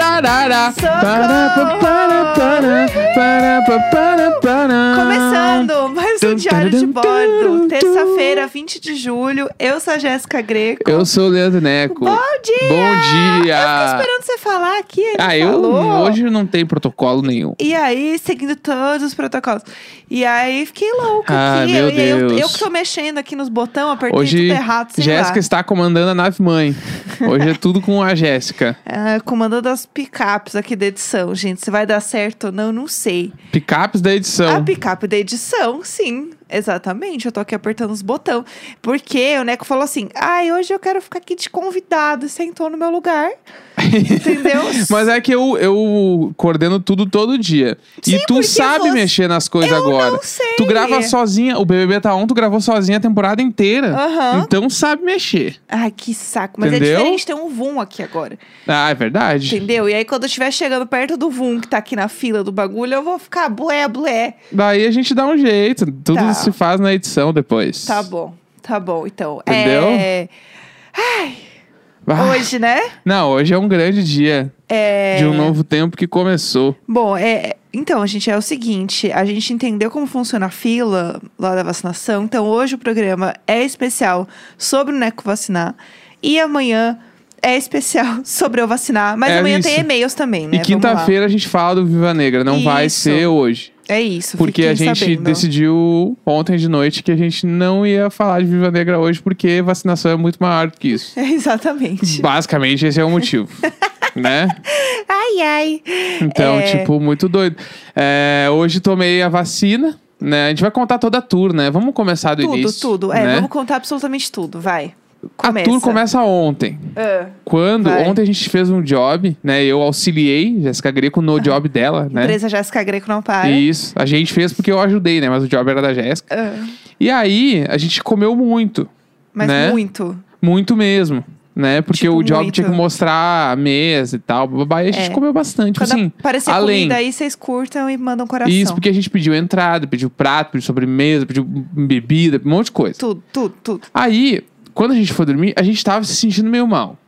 Tá. Começando mais um Tum, Diário de tum, Bordo. tum, Terça-feira, 20 de julho. Eu sou a Jéssica Greco. Eu sou o Leandro Neco. Bom dia! Bom dia! Eu tô esperando você falar aqui. ele Ah, eu falou. hoje não tem protocolo nenhum. E aí, seguindo todos os protocolos. E aí, fiquei louca Ah, aqui. meu eu, e aí eu, Deus. eu que tô mexendo aqui nos botões, apertei Hoje, tudo errado, sei Jéssica lá. está comandando a nave mãe. Hoje é tudo com a Jéssica. Ah, comandou das picapes aqui da edição, gente. Se vai dar certo ou não, não sei. Picapes da A edição. picape da edição, sim. Exatamente, eu tô aqui apertando os botão. Porque o Neco falou assim: ai, hoje eu quero ficar aqui de convidado, e sentou no meu lugar. Entendeu? Mas é que eu, eu coordeno tudo todo dia. Sim, e tu porque sabe você- mexer nas coisas eu agora. não sei. Tu grava sozinha, o BBB tá on, tu gravou sozinha a temporada inteira. Aham. Então sabe mexer. Ai, que saco. Mas é Entendeu? diferente ter um Vum aqui agora. Ah, é verdade. Entendeu? E aí, quando eu estiver chegando perto do Vum que tá aqui na fila do bagulho, eu vou ficar blé, blé. Daí a gente dá um jeito. Tá. Tudo se faz na edição depois. Tá bom, tá bom, então. Entendeu? É... Ah, Hoje, né? Não, hoje é um grande dia É... de um novo tempo que começou. Bom, é, então, gente, é o seguinte: a gente entendeu como funciona a fila lá da vacinação. Então, hoje o programa é especial sobre o Neco vacinar. E amanhã é especial sobre eu vacinar. Mas É amanhã tem isso. e-mails também, né? e Vamos quinta-feira a gente fala do Viva Negra. Não vai Isso. ser hoje. lá. É isso. Porque a fiquem gente sabendo. decidiu ontem de noite que a gente não ia falar de Viva Negra hoje porque vacinação é muito maior do que isso. É, Exatamente. Basicamente, esse é o motivo. né? Ai, ai. Então, É. tipo, muito doido. É, hoje tomei a vacina, né? A gente vai contar toda a tour, né? Vamos começar do Tudo, início. tudo. É, né? vamos contar absolutamente tudo. Vai. A Começa. tour começa ontem. Ah, Quando? Vai. Ontem a gente fez um job, né? Eu auxiliei Jéssica Greco Ah, no job dela, né? Empresa Jéssica Greco não para. Isso. A gente fez porque eu ajudei, né? Mas o job era da Jéssica. Ah, E aí, a gente comeu muito. mas Né? muito. Muito mesmo. Né? Porque Tipo, o job muito. tinha que mostrar a mesa e tal. babá, E a gente É. comeu bastante. Tipo Quando assim, aparecer além. comida aí, vocês curtam e mandam um coração. Isso, porque a gente pediu entrada, pediu prato, pediu sobremesa, pediu bebida, um monte de coisa. Tudo, tudo, tudo. Aí, quando a gente foi dormir, a gente tava se sentindo meio mal.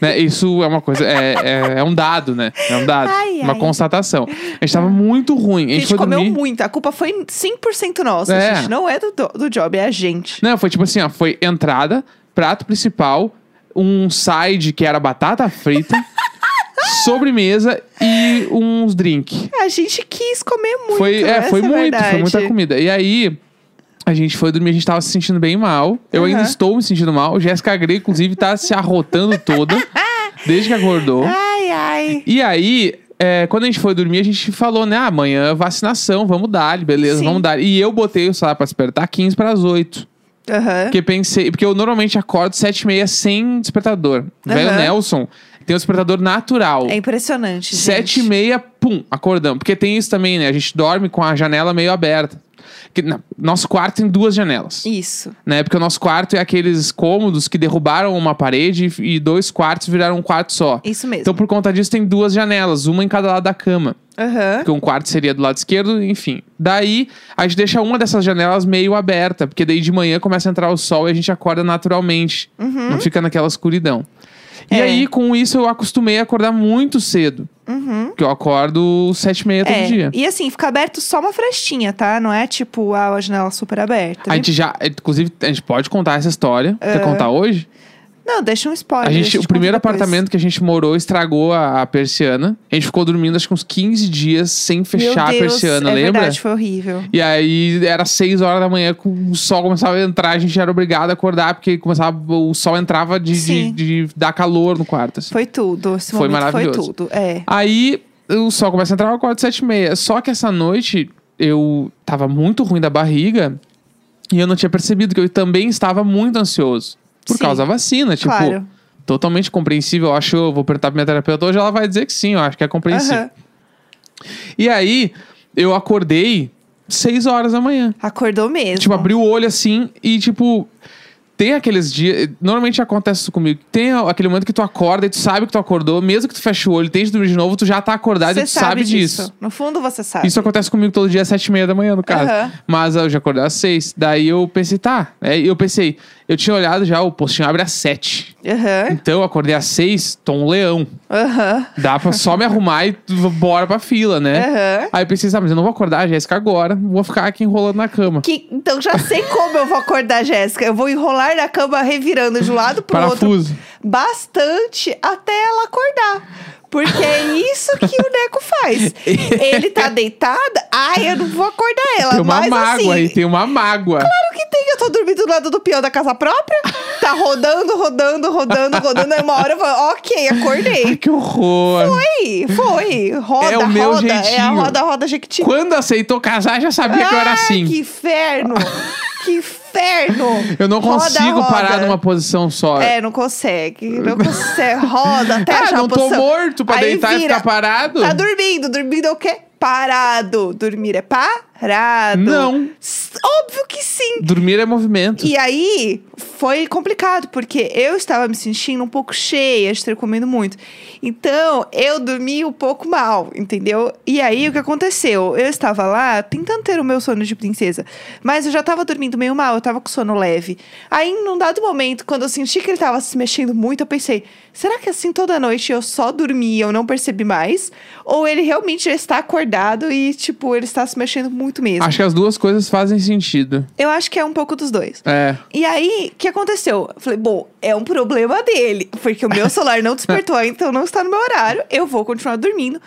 Né? Isso é uma coisa, é, é, é um dado, né? É um dado, Ai, uma ai. Ah. constatação. A gente tava muito ruim. A A gente, gente, foi comeu dormir. muito. A culpa foi 100% nossa. É. gente não é do, do, do job, é a gente. Não, foi tipo assim, ó, foi entrada, prato principal, um side que era batata frita, sobremesa e uns drink. A gente quis comer muito. foi, é, essa foi muito, verdade. foi muita comida. E aí, a gente foi dormir, a gente tava se sentindo bem mal. Eu ainda Aham. estou me sentindo mal. Jéssica Grey, inclusive, tá se arrotando toda desde que acordou. Ai, ai. E aí, é, quando a gente foi dormir, a gente falou, né? ah, Amanhã é vacinação, vamos dar, beleza, Sim. vamos dar. E eu botei o celular pra despertar 15 para as 8. Aham. Porque pensei, porque eu normalmente acordo 7 e meia sem despertador. Velho Aham. Nelson tem um despertador natural. É impressionante. gente. Sete e meia, pum, acordamos. Porque tem isso também, né? A gente dorme com a janela meio aberta. Que, não, nosso quarto tem duas janelas. Isso. Né? Porque o nosso quarto é aqueles cômodos que derrubaram uma parede e, e dois quartos viraram um quarto só. Isso mesmo. Então, por conta disso, tem duas janelas, uma em cada lado da cama. Aham. Porque um quarto seria do lado esquerdo, enfim. Daí, a gente deixa uma dessas janelas meio aberta, porque daí de manhã começa a entrar o sol e a gente acorda naturalmente. Não fica naquela escuridão. E Uhum. É. aí, com isso, eu acostumei a acordar muito cedo. Uhum. Porque eu acordo sete e meia todo É. dia. E assim, fica aberto só uma frestinha, tá? Não é tipo ah, a janela super aberta. A gente já, é, inclusive, a gente pode contar essa história. Quer contar hoje? Não, deixa um spoiler. A gente, É. deixa eu o te primeiro contar depois. apartamento que a gente morou estragou a, a persiana. A gente ficou dormindo acho que uns 15 dias sem Meu fechar a Deus, persiana, é lembra? Verdade, foi horrível. E aí era seis horas da manhã, que o sol começava a entrar, a gente era obrigado a acordar, porque começava, o sol entrava de, de, Sim. de dar calor no quarto. assim. Foi tudo. Esse Foi momento foi maravilhoso. tudo. É. Aí o sol começa a entrar, eu acordo sete e meia. Só que essa noite eu tava muito ruim da barriga e eu não tinha percebido que eu também estava muito ansioso. Por Sim. causa da vacina, tipo, Claro. totalmente compreensível. Eu acho, eu vou perguntar pra minha terapeuta hoje, ela vai dizer que sim, eu acho que é compreensível. Aham. E aí, eu acordei seis horas da manhã. Acordou mesmo. Tipo, abri o olho assim e, tipo, tem aqueles dias. Normalmente acontece isso comigo. Tem aquele momento que tu acorda e tu sabe que tu acordou, mesmo que tu feche o olho e tente dormir de novo, tu já tá acordado e Você tu sabe, disso. No fundo, você sabe. Isso acontece comigo todo dia às sete e meia da manhã, no caso. Aham. Mas eu já acordei às seis. Daí eu pensei, tá. Aí eu pensei, Eu tinha olhado já, o postinho abre às 7. Aham. Então eu acordei às 6, tô um leão. Aham. Dá pra só me arrumar e tu- bora pra fila, né? Aham. Aí eu pensei, ah, mas eu não vou acordar a Jéssica agora, vou ficar aqui enrolando na cama. Que- então já sei como eu vou acordar, Jéssica. Eu vou enrolar na cama, revirando de um lado pro outro. Parafuso. Bastante até ela acordar. Porque é isso que o Neco faz. Ele tá deitada, ai, eu não vou acordar ela. Tem uma Mas mágoa assim, aí, tem um uma mágoa. Claro que tem, eu tô dormindo do lado do peão da casa própria. Tá rodando, rodando, rodando, rodando. Aí uma hora eu falo, ok, Ai, acordei. que horror. Foi, foi. Roda, É o meu roda. É a jeitinho. roda, roda, jequiti. Quando aceitou casar, já sabia que eu era Ai, assim. Que inferno! que inferno! Eu não Roda, consigo roda. parar numa posição só. É, não consegue. Não consegue. Roda até ah, achar não a tô posição. morto pra Aí deitar e vira. ficar parado? Tá dormindo. Dormindo é o quê? Parado. Dormir é parado. Não. S- Óbvio que sim. Dormir é movimento. E aí foi complicado, porque eu estava me sentindo um pouco cheia de ter comido muito. Então eu dormi um pouco mal, entendeu? E aí o que aconteceu? Eu estava lá tentando ter o meu sono de princesa, mas eu já estava dormindo meio mal, eu estava com sono leve. Aí num dado momento, quando eu senti que ele estava se mexendo muito, eu pensei: será que assim toda noite eu só dormi e eu não percebi mais? Ou ele realmente já está acordado e, tipo, ele está se mexendo muito mesmo? Acho que as duas coisas fazem sentido. Eu acho que é um pouco dos dois. É. E aí, o que aconteceu? Eu falei, bom, é um problema dele, porque o meu celular não despertou, então não está no meu horário, eu vou continuar dormindo.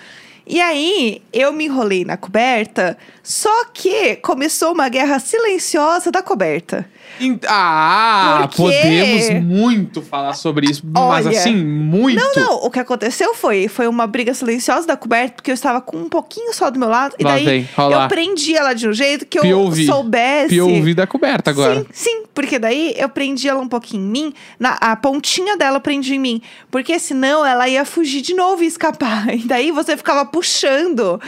E aí, eu me enrolei na coberta, só que começou uma guerra silenciosa da coberta. Ent- Ah, Por quê? podemos muito falar sobre isso. mas Olha. assim, muito. Não, não, o que aconteceu foi, foi uma briga silenciosa da coberta, porque eu estava com um pouquinho só do meu lado, e Lá daí vem, olha eu lá. prendi ela de um jeito que eu POV. soubesse. POV da coberta Tá agora. Sim, sim, porque daí eu prendi ela um pouquinho em mim, na, a pontinha dela eu prendi em mim, porque senão ela ia fugir de novo e escapar. E daí você ficava puxando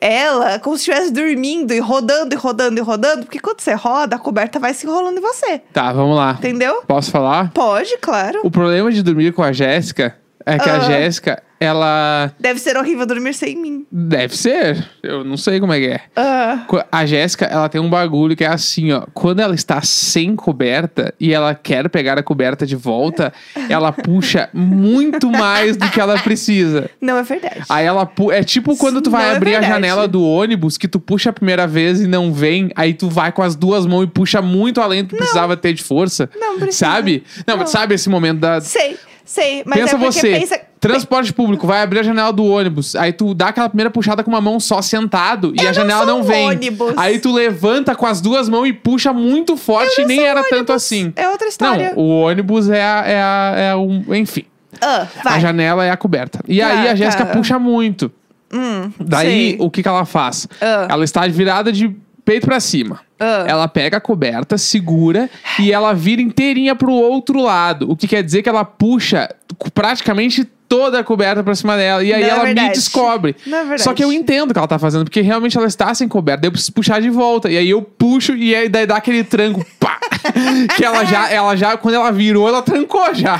ela como se estivesse dormindo e rodando e rodando e rodando, porque quando você roda, a coberta vai se enrolando em você, Tá, vamos lá. entendeu? Posso falar? Pode, claro. O problema de dormir com a Jéssica é que a Ah. Jéssica, ela. Deve ser horrível dormir sem mim. Deve ser. Eu não sei como é que é. Ah, Co- A Jéssica, ela tem um bagulho que é assim, ó. Quando ela está sem coberta e ela quer pegar a coberta de volta, ela puxa muito mais do que ela precisa. não é verdade. Aí ela pu- é tipo quando tu vai Não é abrir a verdade. janela do ônibus que tu puxa a primeira vez e não vem, aí tu vai com as duas mãos e puxa muito além do que precisava ter de força. Não precisa. Sabe? Não, Não. mas sabe esse momento da Sei, sei, mas pensa é porque você, pensa... transporte público, vai abrir a janela do ônibus, aí tu dá aquela primeira puxada com uma mão só sentado e Eu a não janela sou não um vem. ônibus. Aí tu levanta com as duas mãos e puxa muito forte e nem era tanto assim. É outra história. Não, o ônibus é a, é a- é um, enfim, Ah, vai. a janela é a coberta. E Tá, aí a Jéssica tá. puxa muito. Hum, Daí sei. o que que ela faz? Ah. Ela está virada de peito pra cima. Ah. Ela pega a coberta, segura e ela vira inteirinha pro outro lado. O que quer dizer que ela puxa praticamente toda a coberta pra cima dela. E aí Não é ela me verdade. descobre. Não é verdade. Só que eu entendo o que ela tá fazendo, porque realmente ela está sem coberta. Daí Eu preciso puxar de volta. E aí eu puxo e aí daí dá aquele tranco. Pá! que ela já, ela já, quando ela virou, ela trancou já.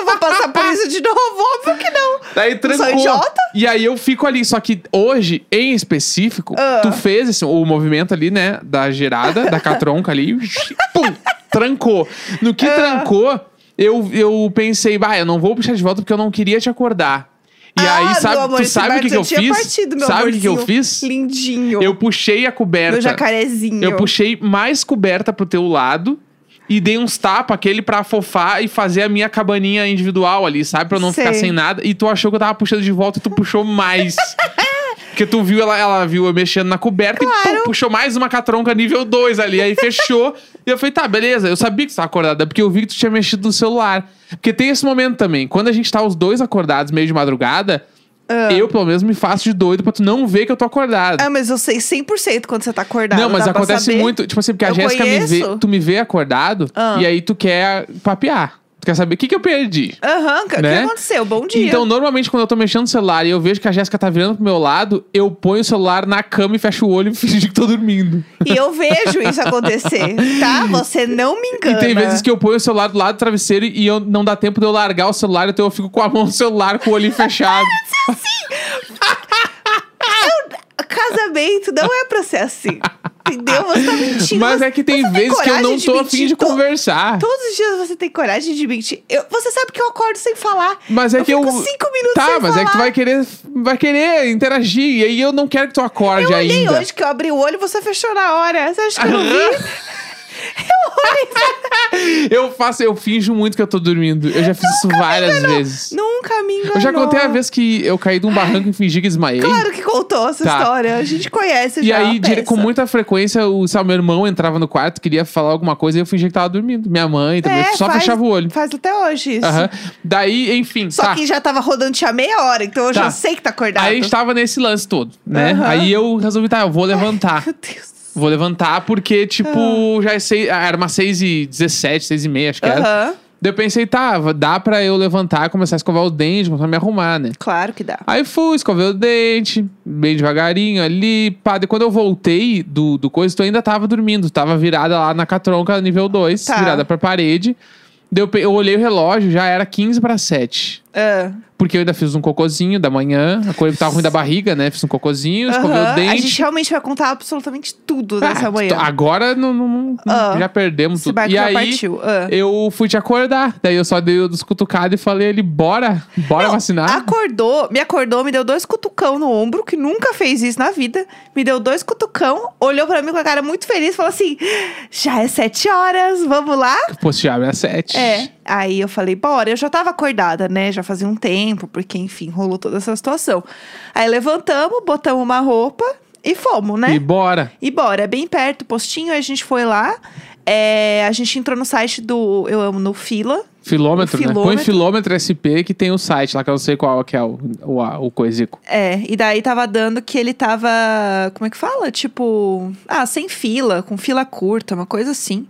Eu vou passar por isso de novo? Óbvio que não. Daí trancou. idiota? E aí eu fico ali. Só que hoje, em específico, Ah. tu fez esse- o movimento ali, né? Da girada, da catronca ali. Pum! Trancou. No Ah. que trancou, eu, eu pensei, bah, eu não vou puxar de volta porque eu não queria te acordar. E Ah, aí, meu sabe, amor, tu esse sabe o barco que, que já eu tinha fiz? partido, meu sabe o que, que eu amorzinho. fiz? Lindinho. Eu puxei a coberta. Meu jacarezinho. Eu puxei mais coberta pro teu lado e dei uns tapas, aquele pra afofar e fazer a minha cabaninha individual ali, sabe? Pra eu não Sei. ficar sem nada. E tu achou que eu tava puxando de volta e tu puxou mais. Porque tu viu ela, ela viu eu mexendo na coberta e Claro. pum, puxou mais uma catronca nível 2 ali. Aí fechou. e eu falei, tá, beleza. Eu sabia que tu tava acordada, porque eu vi que tu tinha mexido no celular. Porque tem esse momento também. Quando a gente tá os dois acordados meio de madrugada, eu pelo menos me faço de doido pra tu não ver que eu tô acordado. Ah, mas eu sei 100% quando você tá acordado. Não, mas dá pra acontece saber. muito. Tipo assim, porque a Eu Jéssica me vê, conheço. tu me vê acordado Ah. e aí tu quer papear. Tu quer saber o que, que eu perdi. Aham, o que- o que Né? aconteceu? Bom Um dia. Então, normalmente, quando eu tô mexendo no celular e eu vejo que a Jéssica tá virando pro meu lado, eu ponho o celular na cama e fecho o olho e finge que tô dormindo. E eu vejo isso acontecer, tá? Você não me engana. E tem vezes que eu ponho o celular do lado do travesseiro e eu não dá tempo de eu largar o celular, então eu fico com a mão no celular, com o olho fechado. É um Casamento não é pra é ser assim. entendeu? Você tá mentindo. Mas você- é que tem você vezes que eu coragem não de tô mentir afim de to- conversar. Todos os dias você tem coragem de mentir. Eu- você sabe que eu acordo sem falar. Mas é que fico eu. cinco minutos Tá, sem mas é que tu falar. vai querer, vai querer interagir. E aí eu não quero que tu acorde Eu olhei ainda. hoje que eu abri o olho e você fechou na hora. Você acha que eu não vi? eu olhei. Eu faço, eu finjo muito que eu tô dormindo. Eu já fiz isso várias vezes. Nunca me enganou. Eu já contei a vez que eu caí de um barranco e fingi que desmaiei. Claro que contou essa Tá. história. A gente conhece E já. aí, a dire- peça. com muita frequência, o sabe, meu irmão entrava no quarto, queria falar alguma coisa e eu fingia que tava dormindo. Minha mãe também, É, eu só faz- fechava o olho. Faz até hoje isso. Aham. Daí, enfim, Só tá. que já tava rodando tinha meia hora, então eu Tá. já sei que tá acordado. Aí a gente tava nesse lance todo, né? Aham. Aí eu resolvi, tá, eu vou levantar. Meu Deus. Vou levantar porque, tipo, já é seis, ah, era umas 6 e 17, 6 e meia, acho que era. Aham. Daí eu pensei, tá, va- dá pra eu levantar, começar a escovar o dente, começar a me arrumar, né? Claro que dá. Aí fui, escovei o dente, bem devagarinho ali, pá. E quando eu voltei do, do coisa, tu ainda tava dormindo. Tava virada lá na catronca, nível 2, Tá. virada pra parede. Daí eu, pe- eu olhei o relógio, já era 15 pra 7. Ah. Porque eu ainda fiz um cocôzinho da manhã, a coisa que tava ruim da barriga, né? Fiz um cocôzinho, escovei Aham. o dente. A gente realmente vai contar absolutamente tudo Ah, dessa t- manhã. Agora não, não- não- Ah. já perdemos Esse tudo. barco E já aí, partiu. Ah. eu fui te acordar. Daí eu só dei o descutucado e falei ele, bora, bora Não, vacinar. Acordou, me acordou, me deu dois cutucão no ombro, que nunca fez isso na vida. Me deu dois cutucão, olhou pra mim com a cara muito feliz, falou assim: já é sete horas, vamos lá? Pô, se já abre às sete. É. Aí eu falei, bora. Eu já tava acordada, né? Já fazia um tempo, porque, enfim, rolou toda essa situação. Aí levantamos, botamos uma roupa e fomos, né? E bora. E bora, é bem perto o postinho, aí a gente foi lá. é, a gente entrou no site do Eu Amo no Fila. Filômetro, O né? Põe filômetro. filômetro SP que tem o site lá, que eu não sei qual que é o, o, a- o coisico. É, e daí tava dando que ele tava. Como é que fala? Tipo. Ah, sem fila, com fila curta, uma coisa assim.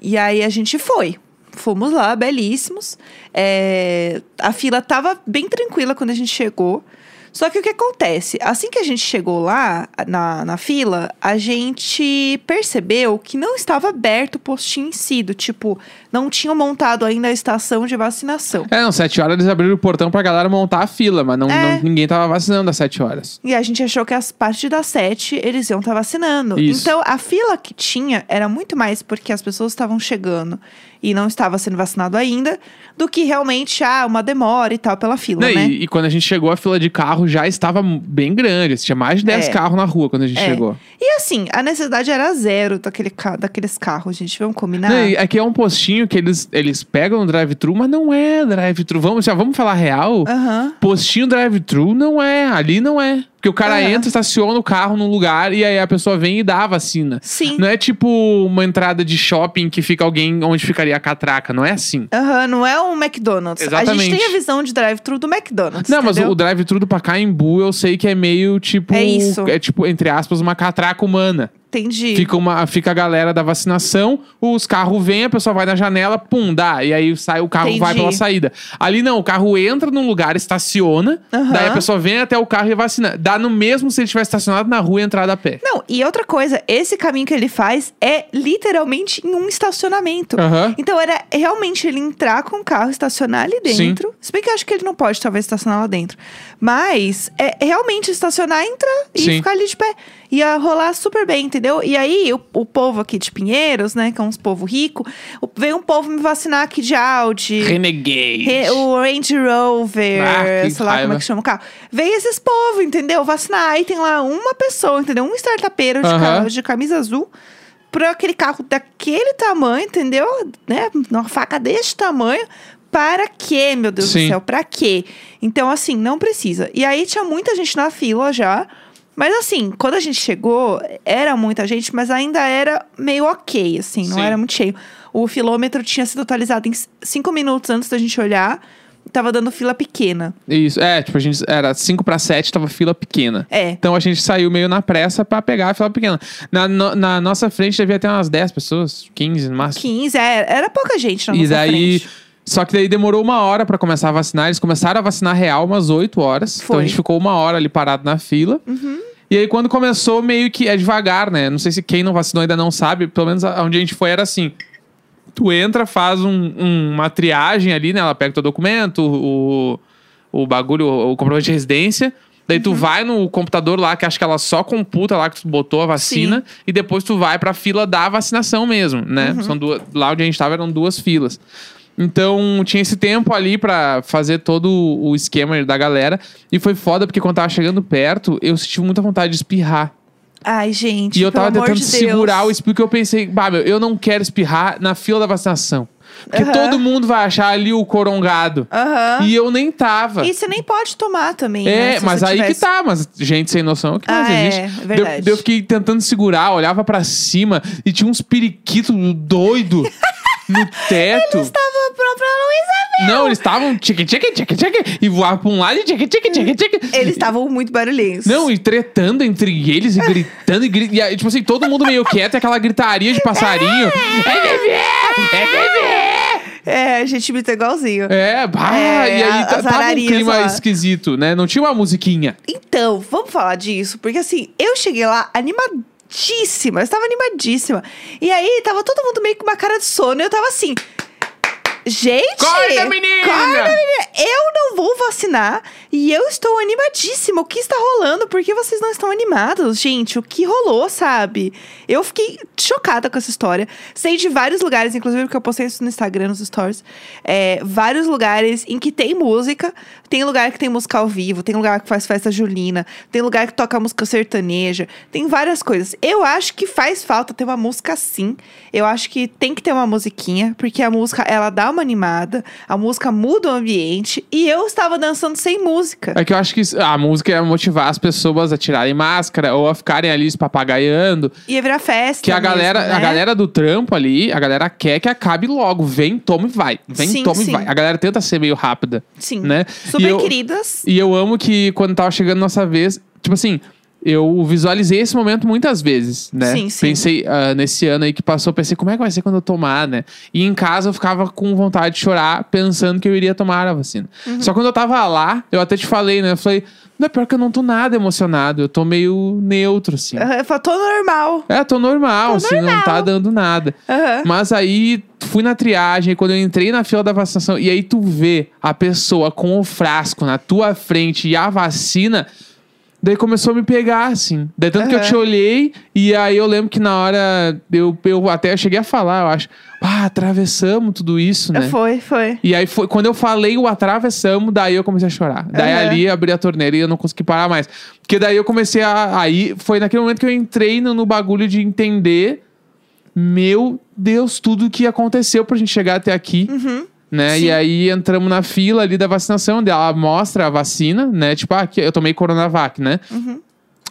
E aí a gente foi. Fomos lá, belíssimos. É, a fila tava bem tranquila quando a gente chegou. Só que o que acontece? Assim que a gente chegou lá, na, na fila, a gente percebeu que não estava aberto o postinho em si, do tipo, não tinham montado ainda a estação de vacinação. É, não, sete horas eles abriram o portão pra galera montar a fila, mas não, É. não- ninguém tava vacinando às sete horas. E a gente achou que as partes das sete eles iam estar vacinando. Isso. Então a fila que tinha era muito mais porque as pessoas estavam chegando e não estava sendo vacinado ainda, do que realmente ah, uma demora e tal pela fila, Não, né? e, e quando a gente chegou, a fila de carro já estava m- bem grande. assim, Tinha mais de dez É. carros na rua quando a gente É. chegou. E assim, a necessidade era zero daquele ca- daqueles carros, gente. Vamos combinar? Não, e aqui é um postinho que eles, eles pegam no drive-thru, mas não é drive-thru. Vamos, já vamos falar real? Aham. Postinho drive-thru não é, ali não é. Porque o cara Aham. entra, estaciona o carro num lugar e aí a pessoa vem e dá a vacina. Sim. Não é tipo uma entrada de shopping que fica alguém onde ficaria a catraca, não é assim. Aham, não é um McDonald's. A Exatamente. gente tem a visão de drive-thru do McDonald's. Não, mas o, entendeu? o drive-thru do Pacaembu eu sei que é meio tipo. É isso. é tipo, entre aspas, uma catraca humana. Entendi. Fica, uma, fica a galera da vacinação, os carros vêm, a pessoa vai na janela, pum, dá. E aí sai, o carro vai Entendi. pela saída. Ali não, o carro entra num lugar, estaciona, Aham. daí a pessoa vem até o carro e vacina. Dá no mesmo se ele estiver estacionado na rua e entrar a pé. Não, e outra coisa, esse caminho que ele faz é literalmente em um estacionamento. Aham. Então era realmente ele entrar com o carro, estacionar ali dentro. Se bem que eu acho que ele não pode, talvez, estacionar lá dentro. Mas é realmente estacionar, entrar e Sim. ficar ali de pé. Ia rolar super bem, entendeu? E aí, o, o povo aqui de Pinheiros, né? Que é uns povo rico, o- veio um povo me vacinar aqui de Audi. Renegade. Re- o Range Rover, Ah, que sei lá como raiva. é que chama o carro. Veio esses povo, entendeu? Vacinar. Aí tem lá uma pessoa, entendeu? Um startupeiro de, Aham. ca- de camisa azul. Pra aquele carro daquele tamanho, entendeu? Né? Uma faca deste tamanho. Para quê, meu Deus Sim. do céu? Pra quê? Então, assim, não precisa. E aí tinha muita gente na fila já. Mas assim, quando a gente chegou, era muita gente, mas ainda era meio ok, assim, não Sim. era muito cheio. O filômetro tinha sido atualizado em c- cinco minutos antes da gente olhar. Tava dando fila pequena. Isso, é, tipo, a gente era 5 pra 7, tava fila pequena. É. Então a gente saiu meio na pressa pra pegar a fila pequena. Na, no- na nossa frente devia ter umas 10 pessoas, 15 no máximo. 15, era, é, era pouca gente na E nossa daí. frente. Só que daí demorou uma hora pra começar a vacinar. Eles começaram a vacinar real umas 8 horas. Então a Foi. Uhum. gente ficou uma hora ali parado na fila. E aí, quando começou, meio que é devagar, né? Não sei se quem não vacinou ainda não sabe. Pelo menos a- onde a gente foi era assim. Tu entra, faz um- um- uma triagem ali, né? Ela pega o teu documento, o, o bagulho, o comprovante de residência. Daí tu vai no computador lá, que acho que ela só computa lá que tu botou a vacina, e depois tu vai pra fila da vacinação mesmo, né? São duas, lá onde a gente tava eram duas filas. Então tinha esse tempo ali pra fazer todo o esquema da galera. E foi foda, porque quando tava chegando perto, eu senti muita vontade de espirrar. Ai, gente. E eu tava pelo amor tentando de Deus. segurar o espirro, porque eu pensei, bah, meu, eu não quero espirrar na fila da vacinação. Porque Aham. todo mundo vai achar ali o corongado. Aham. E eu nem tava. E você nem pode tomar também. né, É, se mas você aí que tivesse- tá, mas gente sem noção é o que mais Ah, é, existe. é Daí eu- verdade. daí eu fiquei tentando segurar, olhava pra cima e tinha uns periquitos doido no teto. Eles Tava pra, pra não Não, eles estavam tchique, tchique, tchique, tchique, e voavam pra um lado e tchique, tchique, tchique, tchique. Eles estavam muito barulhentos. Não, e tretando entre eles e gritando e, gri... e aí, tipo assim, todo mundo meio quieto e aquela gritaria de passarinho. É bebê! É bebê! É, a gente imita igualzinho. É, bah, É, e aí as tá- tava um ararias clima lá. esquisito, né? Não tinha uma musiquinha. Então, vamos falar disso, porque assim, eu cheguei lá animadíssima, eu estava animadíssima. E aí tava todo mundo meio com uma cara de sono, e eu tava assim. Gente! Acorda, menina!" Acorda, menina! Eu não vou vacinar e eu estou animadíssima. O que está rolando? Por que vocês não estão animados? Gente, o que rolou, sabe? Eu fiquei chocada com essa história. Sei de vários lugares, inclusive porque eu postei isso no Instagram, nos stories. é, vários lugares em que tem música. Tem lugar que tem música ao vivo, tem lugar que faz festa julina, tem lugar que toca música sertaneja, tem várias coisas. Eu acho que faz falta ter uma música assim. Eu acho que tem que ter uma musiquinha, porque a música ela dá uma animada, a música muda o ambiente e eu estava dançando sem música. É que eu acho que isso- a música ia motivar as pessoas a tirarem máscara ou a ficarem ali se papagaiando. Ia virar festa. É Que a mesmo, galera, a né? galera do trampo ali, a galera quer que acabe logo. Vem, toma e vai. Vem, Sim, toma sim. e vai. A galera tenta ser meio rápida, Sim. né? Super e eu, queridas. E eu amo que quando tava chegando nossa vez, tipo assim, eu visualizei esse momento muitas vezes, né? Sim, sim. Pensei ah, nesse ano aí que passou, pensei como é que vai ser quando eu tomar, né? E em casa eu ficava com vontade de chorar, pensando que eu iria tomar a vacina. Uhum. Só quando eu tava lá, eu até te falei, né? Eu falei, não é pior que eu não tô nada emocionado, eu tô meio neutro, assim. Aham, Foi todo normal. É, tô normal, assim, não tá dando nada. Aham. Mas aí fui na triagem, quando eu entrei na fila da vacinação, e aí tu vê a pessoa com o frasco na tua frente e a vacina, daí começou a me pegar, assim. Daí tanto que eu Aham. te olhei, e aí eu lembro que na hora eu, eu até cheguei a falar, eu acho, ah, atravessamos tudo isso, né? Foi, foi. E aí foi quando eu falei o atravessamos, daí eu comecei a chorar. Daí Aham. ali abri a torneira e eu não consegui parar mais. Porque daí eu comecei a. Aí foi naquele momento que eu entrei no, no bagulho de entender, meu Deus, tudo que aconteceu pra gente chegar até aqui. Né? Uhum. Sim. E aí entramos na fila ali da vacinação, onde ela mostra a vacina, né? Tipo, ah, aqui, eu tomei Coronavac, né?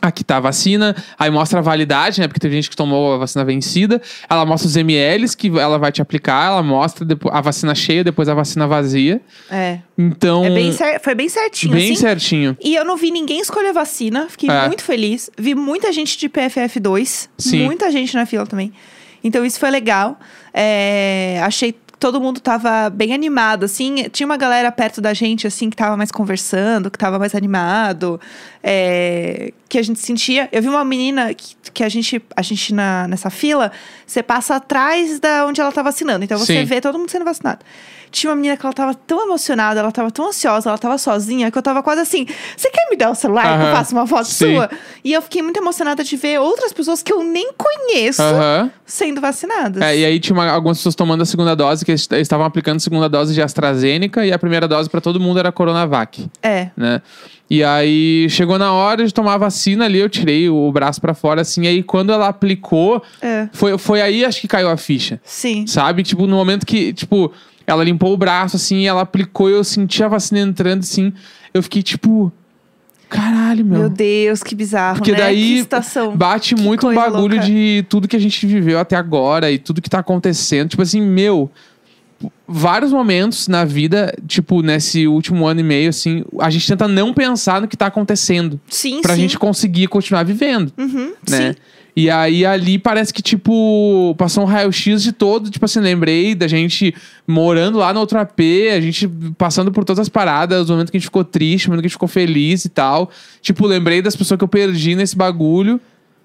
Aqui tá a vacina, aí mostra a validade, né? Porque tem gente que tomou a vacina vencida. Ela mostra os MLs que ela vai te aplicar, ela mostra depo- a vacina cheia, depois a vacina vazia. É. Então, É bem cer- Foi bem certinho, bem assim. certinho. E eu não vi ninguém escolher vacina, fiquei Uhum. É. muito feliz. Vi muita gente de PFF2, Sim. muita gente na fila também. Então isso foi legal. É, achei que todo mundo tava bem animado, assim. Tinha uma galera perto da gente, assim, que tava mais conversando, que tava mais animado. é, que a gente sentia... Eu vi uma menina que, que a gente, a gente na, nessa fila, você passa atrás da onde ela tá vacinando. Então você Sim. vê todo mundo sendo vacinado. Tinha uma menina que ela tava tão emocionada, ela tava tão ansiosa, ela tava sozinha, que eu tava quase assim: você quer me dar o celular que eu Aham. faço uma foto Sim. sua? E eu fiquei muito emocionada de ver outras pessoas que eu nem conheço Aham. sendo vacinadas. É, e aí tinha uma- algumas pessoas tomando a segunda dose, que eles t- eles estavam aplicando a segunda dose de AstraZeneca e a primeira dose pra todo mundo era Coronavac. É. né? E aí chegou na hora de tomar a vacina ali, eu tirei o braço pra fora, assim, aí quando ela aplicou, É. foi, foi aí acho que caiu a ficha. Sim. Sabe? Tipo, no momento que, tipo, ela limpou o braço, assim, ela aplicou, eu senti a vacina entrando, assim, eu fiquei tipo. Caralho, meu. Meu Deus, que bizarro, Porque né? daí Que estação. Bate muito um coisa bagulho louca. de tudo que a gente viveu até agora e tudo que tá acontecendo. Tipo assim, meu, vários momentos na vida, tipo, nesse último ano e meio, assim, a gente tenta não pensar no que tá acontecendo. Sim, Pra sim. gente conseguir continuar vivendo, Uhum, né? Sim. E aí ali parece que, tipo, passou um raio-x de todo. Tipo assim, lembrei da gente morando lá no outro AP, a gente passando por todas as paradas, o momento que a gente ficou triste, o momento que a gente ficou feliz e tal. Tipo, lembrei das pessoas que eu perdi nesse bagulho,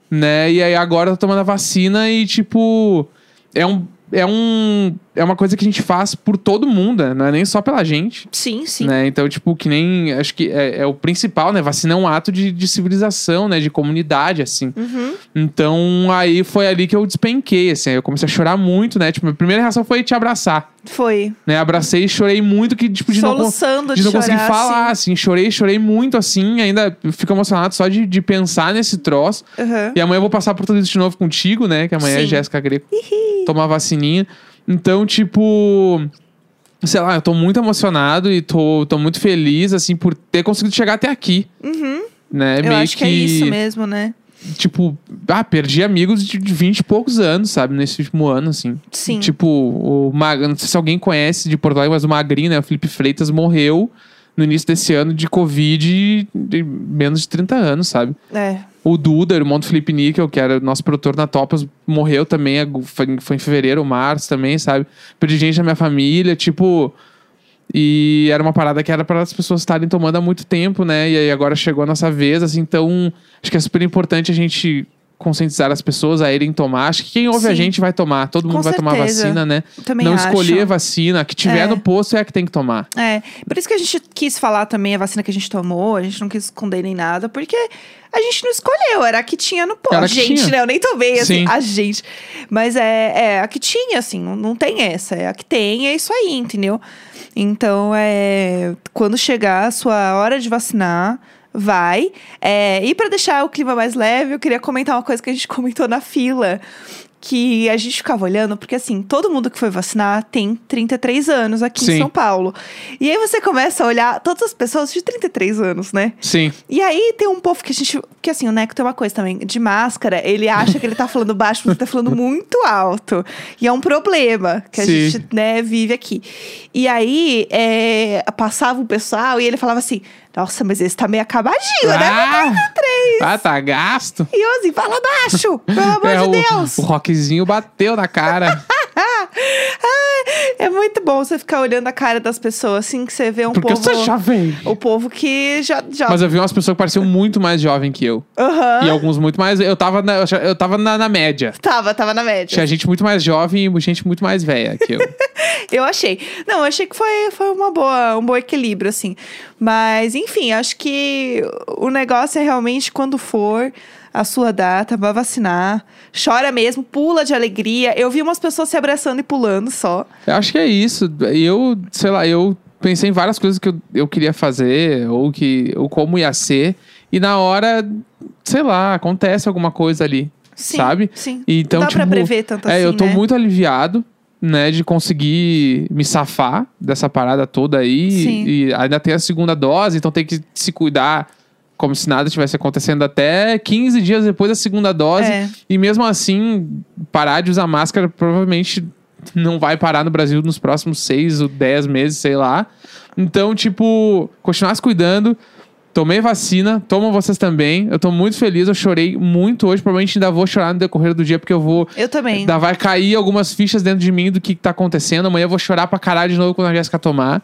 né? E aí agora eu tô tomando a vacina e, tipo, é um. é um é uma coisa que a gente faz por todo mundo, né? não é nem só pela gente. Sim, sim. Né? Então, tipo, que nem. Acho que é, é o principal, né? Vacina é um ato de, de civilização, né? De comunidade, assim. Uhum. Então, aí foi ali que eu despenquei, assim. Aí eu comecei a chorar muito, né? Tipo, minha primeira reação foi te abraçar, Foi. né? Abracei e chorei muito, que, tipo, de não, con- Soluçando de de não chorar. conseguir falar, assim. assim. Chorei, chorei muito, assim. Ainda fico emocionado só de, de pensar nesse troço. Aham. E amanhã eu vou passar por tudo isso de novo contigo, né? Que amanhã é Sim. Jéssica Greco tomar vacininha. Então, tipo. Sei lá, eu tô muito emocionado e tô, tô muito feliz, assim, por ter conseguido chegar até aqui. Uhum. Né? Eu acho que... é isso mesmo, né? Tipo, ah, perdi amigos de, de 20 e poucos anos, sabe? Nesse último ano, assim. Sim. Tipo, o Mag... não sei se alguém conhece de Porto Alegre, mas o Magrinho, né? O Felipe Freitas morreu no início desse ano de Covid de menos de 30 anos, sabe? É. O Duda, irmão do Felipe Níquel, que era nosso produtor na Topas, morreu também. agu- Foi, em- foi em fevereiro, março também, sabe? Perdi gente da minha família, tipo. E era uma parada que era para as pessoas estarem tomando há muito tempo, né? E aí agora chegou a nossa vez, assim. Então, acho que é super importante a gente conscientizar as pessoas a irem tomar. Acho que quem ouve a Sim. gente vai tomar. Todo Com mundo vai tomar certeza. vacina, né? Eu Também Não acho. escolher vacina. A que tiver É. no posto é a que tem que tomar. É, por isso que a gente quis falar também a vacina que a gente tomou, a gente não quis esconder nem nada, porque a gente não escolheu, era a que tinha no pó. Era a A que gente, tinha. né? Eu nem tomei, assim, Sim. a gente. Mas é, é a que tinha, assim, não, não tem essa. É a que tem, é isso aí, entendeu? Então, é. Quando chegar a sua hora de vacinar. Vai. É, e para deixar o clima mais leve, eu queria comentar uma coisa que a gente comentou na fila. Que a gente ficava olhando, porque assim, todo mundo que foi vacinar tem 33 anos aqui Sim. em São Paulo. E aí você começa a olhar todas as pessoas de 33 anos, né? Sim. E aí tem um povo que a gente. Porque assim, o Neco tem uma coisa também. De máscara, ele acha que ele tá falando baixo, mas ele tá falando muito alto. E é um problema que a Sim. gente, né, vive aqui. E aí é, passava o pessoal e ele falava assim: Nossa, mas esse tá meio acabadinho, né? Ah, ah, tá gasto. E eu assim, fala baixo, pelo amor É, de o- Deus. o rockzinho bateu na cara. É muito bom você ficar olhando a cara das pessoas, assim, que você vê um Porque povo. você já veio. O povo que já. já... Mas eu vi umas pessoas que pareciam muito mais jovem que eu. Aham. E é alguns muito mais. Eu tava na, eu tava na, na média. Tava, tava na média. Tinha gente muito mais jovem e gente muito mais velha que eu. Eu achei. Não, eu achei que foi, foi uma boa, um bom equilíbrio, assim. Mas, enfim, acho que o negócio é realmente quando for a sua data, vai vacinar. Chora mesmo, pula de alegria. Eu vi umas pessoas se abraçando e pulando só. eu acho que é isso. Eu, sei lá, eu pensei em várias coisas que eu, eu queria fazer, ou que. ou como ia ser. E na hora, sei lá, acontece alguma coisa ali. Sim, Sabe? Sim. E então, Dá pra tipo, prever tanto é, assim, eu tô né? muito aliviado, né, de conseguir me safar dessa parada toda aí. Sim. E ainda tem a segunda dose, então tem que se cuidar como se nada tivesse acontecendo até 15 dias depois da segunda dose. É. E mesmo assim, parar de usar máscara provavelmente não vai parar no Brasil nos próximos seis ou dez meses, sei lá. Então, tipo, continuar se cuidando. Tomei vacina, tomam vocês também. Eu tô muito feliz, eu chorei muito hoje. Provavelmente ainda vou chorar no decorrer do dia, porque eu vou Eu também. Ainda vai cair algumas fichas dentro de mim do que, que tá acontecendo. Amanhã eu vou chorar pra caralho de novo quando a Jéssica tomar.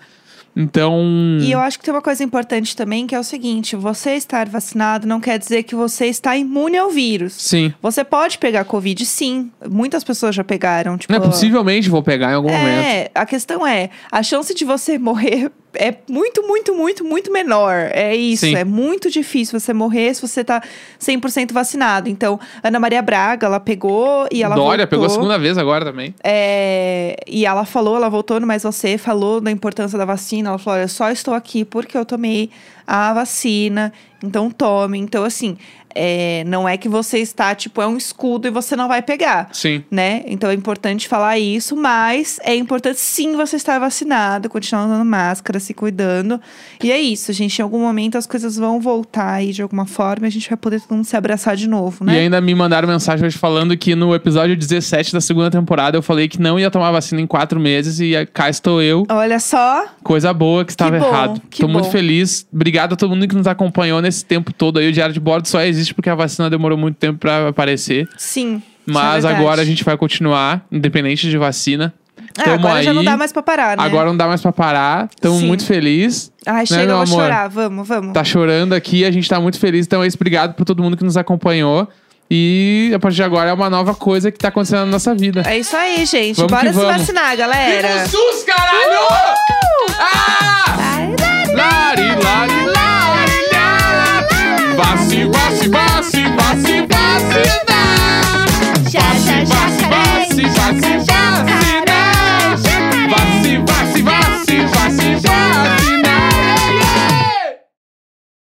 Então. E eu acho que tem uma coisa importante também, que é o seguinte: você estar vacinado não quer dizer que você está imune ao vírus. Sim. Você pode pegar Covid, sim. Muitas pessoas já pegaram. Tipo, Né, possivelmente vou pegar em algum um momento. É, a questão é, a chance de você morrer é muito, muito, muito, muito menor. É isso, Sim. é muito difícil você morrer se você tá 100% vacinado. Então, Ana Maria Braga, ela pegou e ela Dória voltou. pegou a segunda vez agora também. É, e ela falou, ela voltou no Mais Você, falou da importância da vacina. Ela falou: olha, eu só estou aqui porque eu tomei a vacina, então tome. Então, assim, é, não é que você está, tipo, é um escudo e você não vai pegar Sim. né? Então é importante falar isso, mas é importante sim você estar vacinado, continuar usando máscara, se cuidando. E é isso, gente. Em algum momento as coisas vão voltar aí de alguma forma e a gente vai poder todo mundo se abraçar de novo, E né? ainda me mandaram mensagem hoje falando que no episódio 17 da segunda temporada eu falei que não ia tomar vacina em quatro meses e eh, cá estou eu. Olha só, Coisa boa que estava bom, errado. que Tô muito bom. feliz. Obrigado a todo mundo que nos acompanhou nesse tempo todo aí. O Diário de Bordo só existe porque a vacina demorou muito tempo pra aparecer. sim. isso é Mas verdade. agora a gente vai continuar, independente de vacina. Ah, Tamo agora já aí. não dá mais pra parar, né? Agora não dá mais pra parar. Estamos Sim. muito felizes. Ai, chega, meu eu vou amor? chorar. Vamos, vamos. Tá chorando aqui, a gente tá muito feliz. Então é isso. Obrigado por todo mundo que nos acompanhou. E a partir de agora é uma nova coisa que tá acontecendo na nossa vida. É isso aí, gente. Vamos que Bora se vamos. vacinar, Viva galera. o SUS, caralho! Ah! Lari, lari, lari, lari. Vaci, vaci, vaci, vaci, vacinar. Já, já, já, Vaci, vaci, vaci, vaci,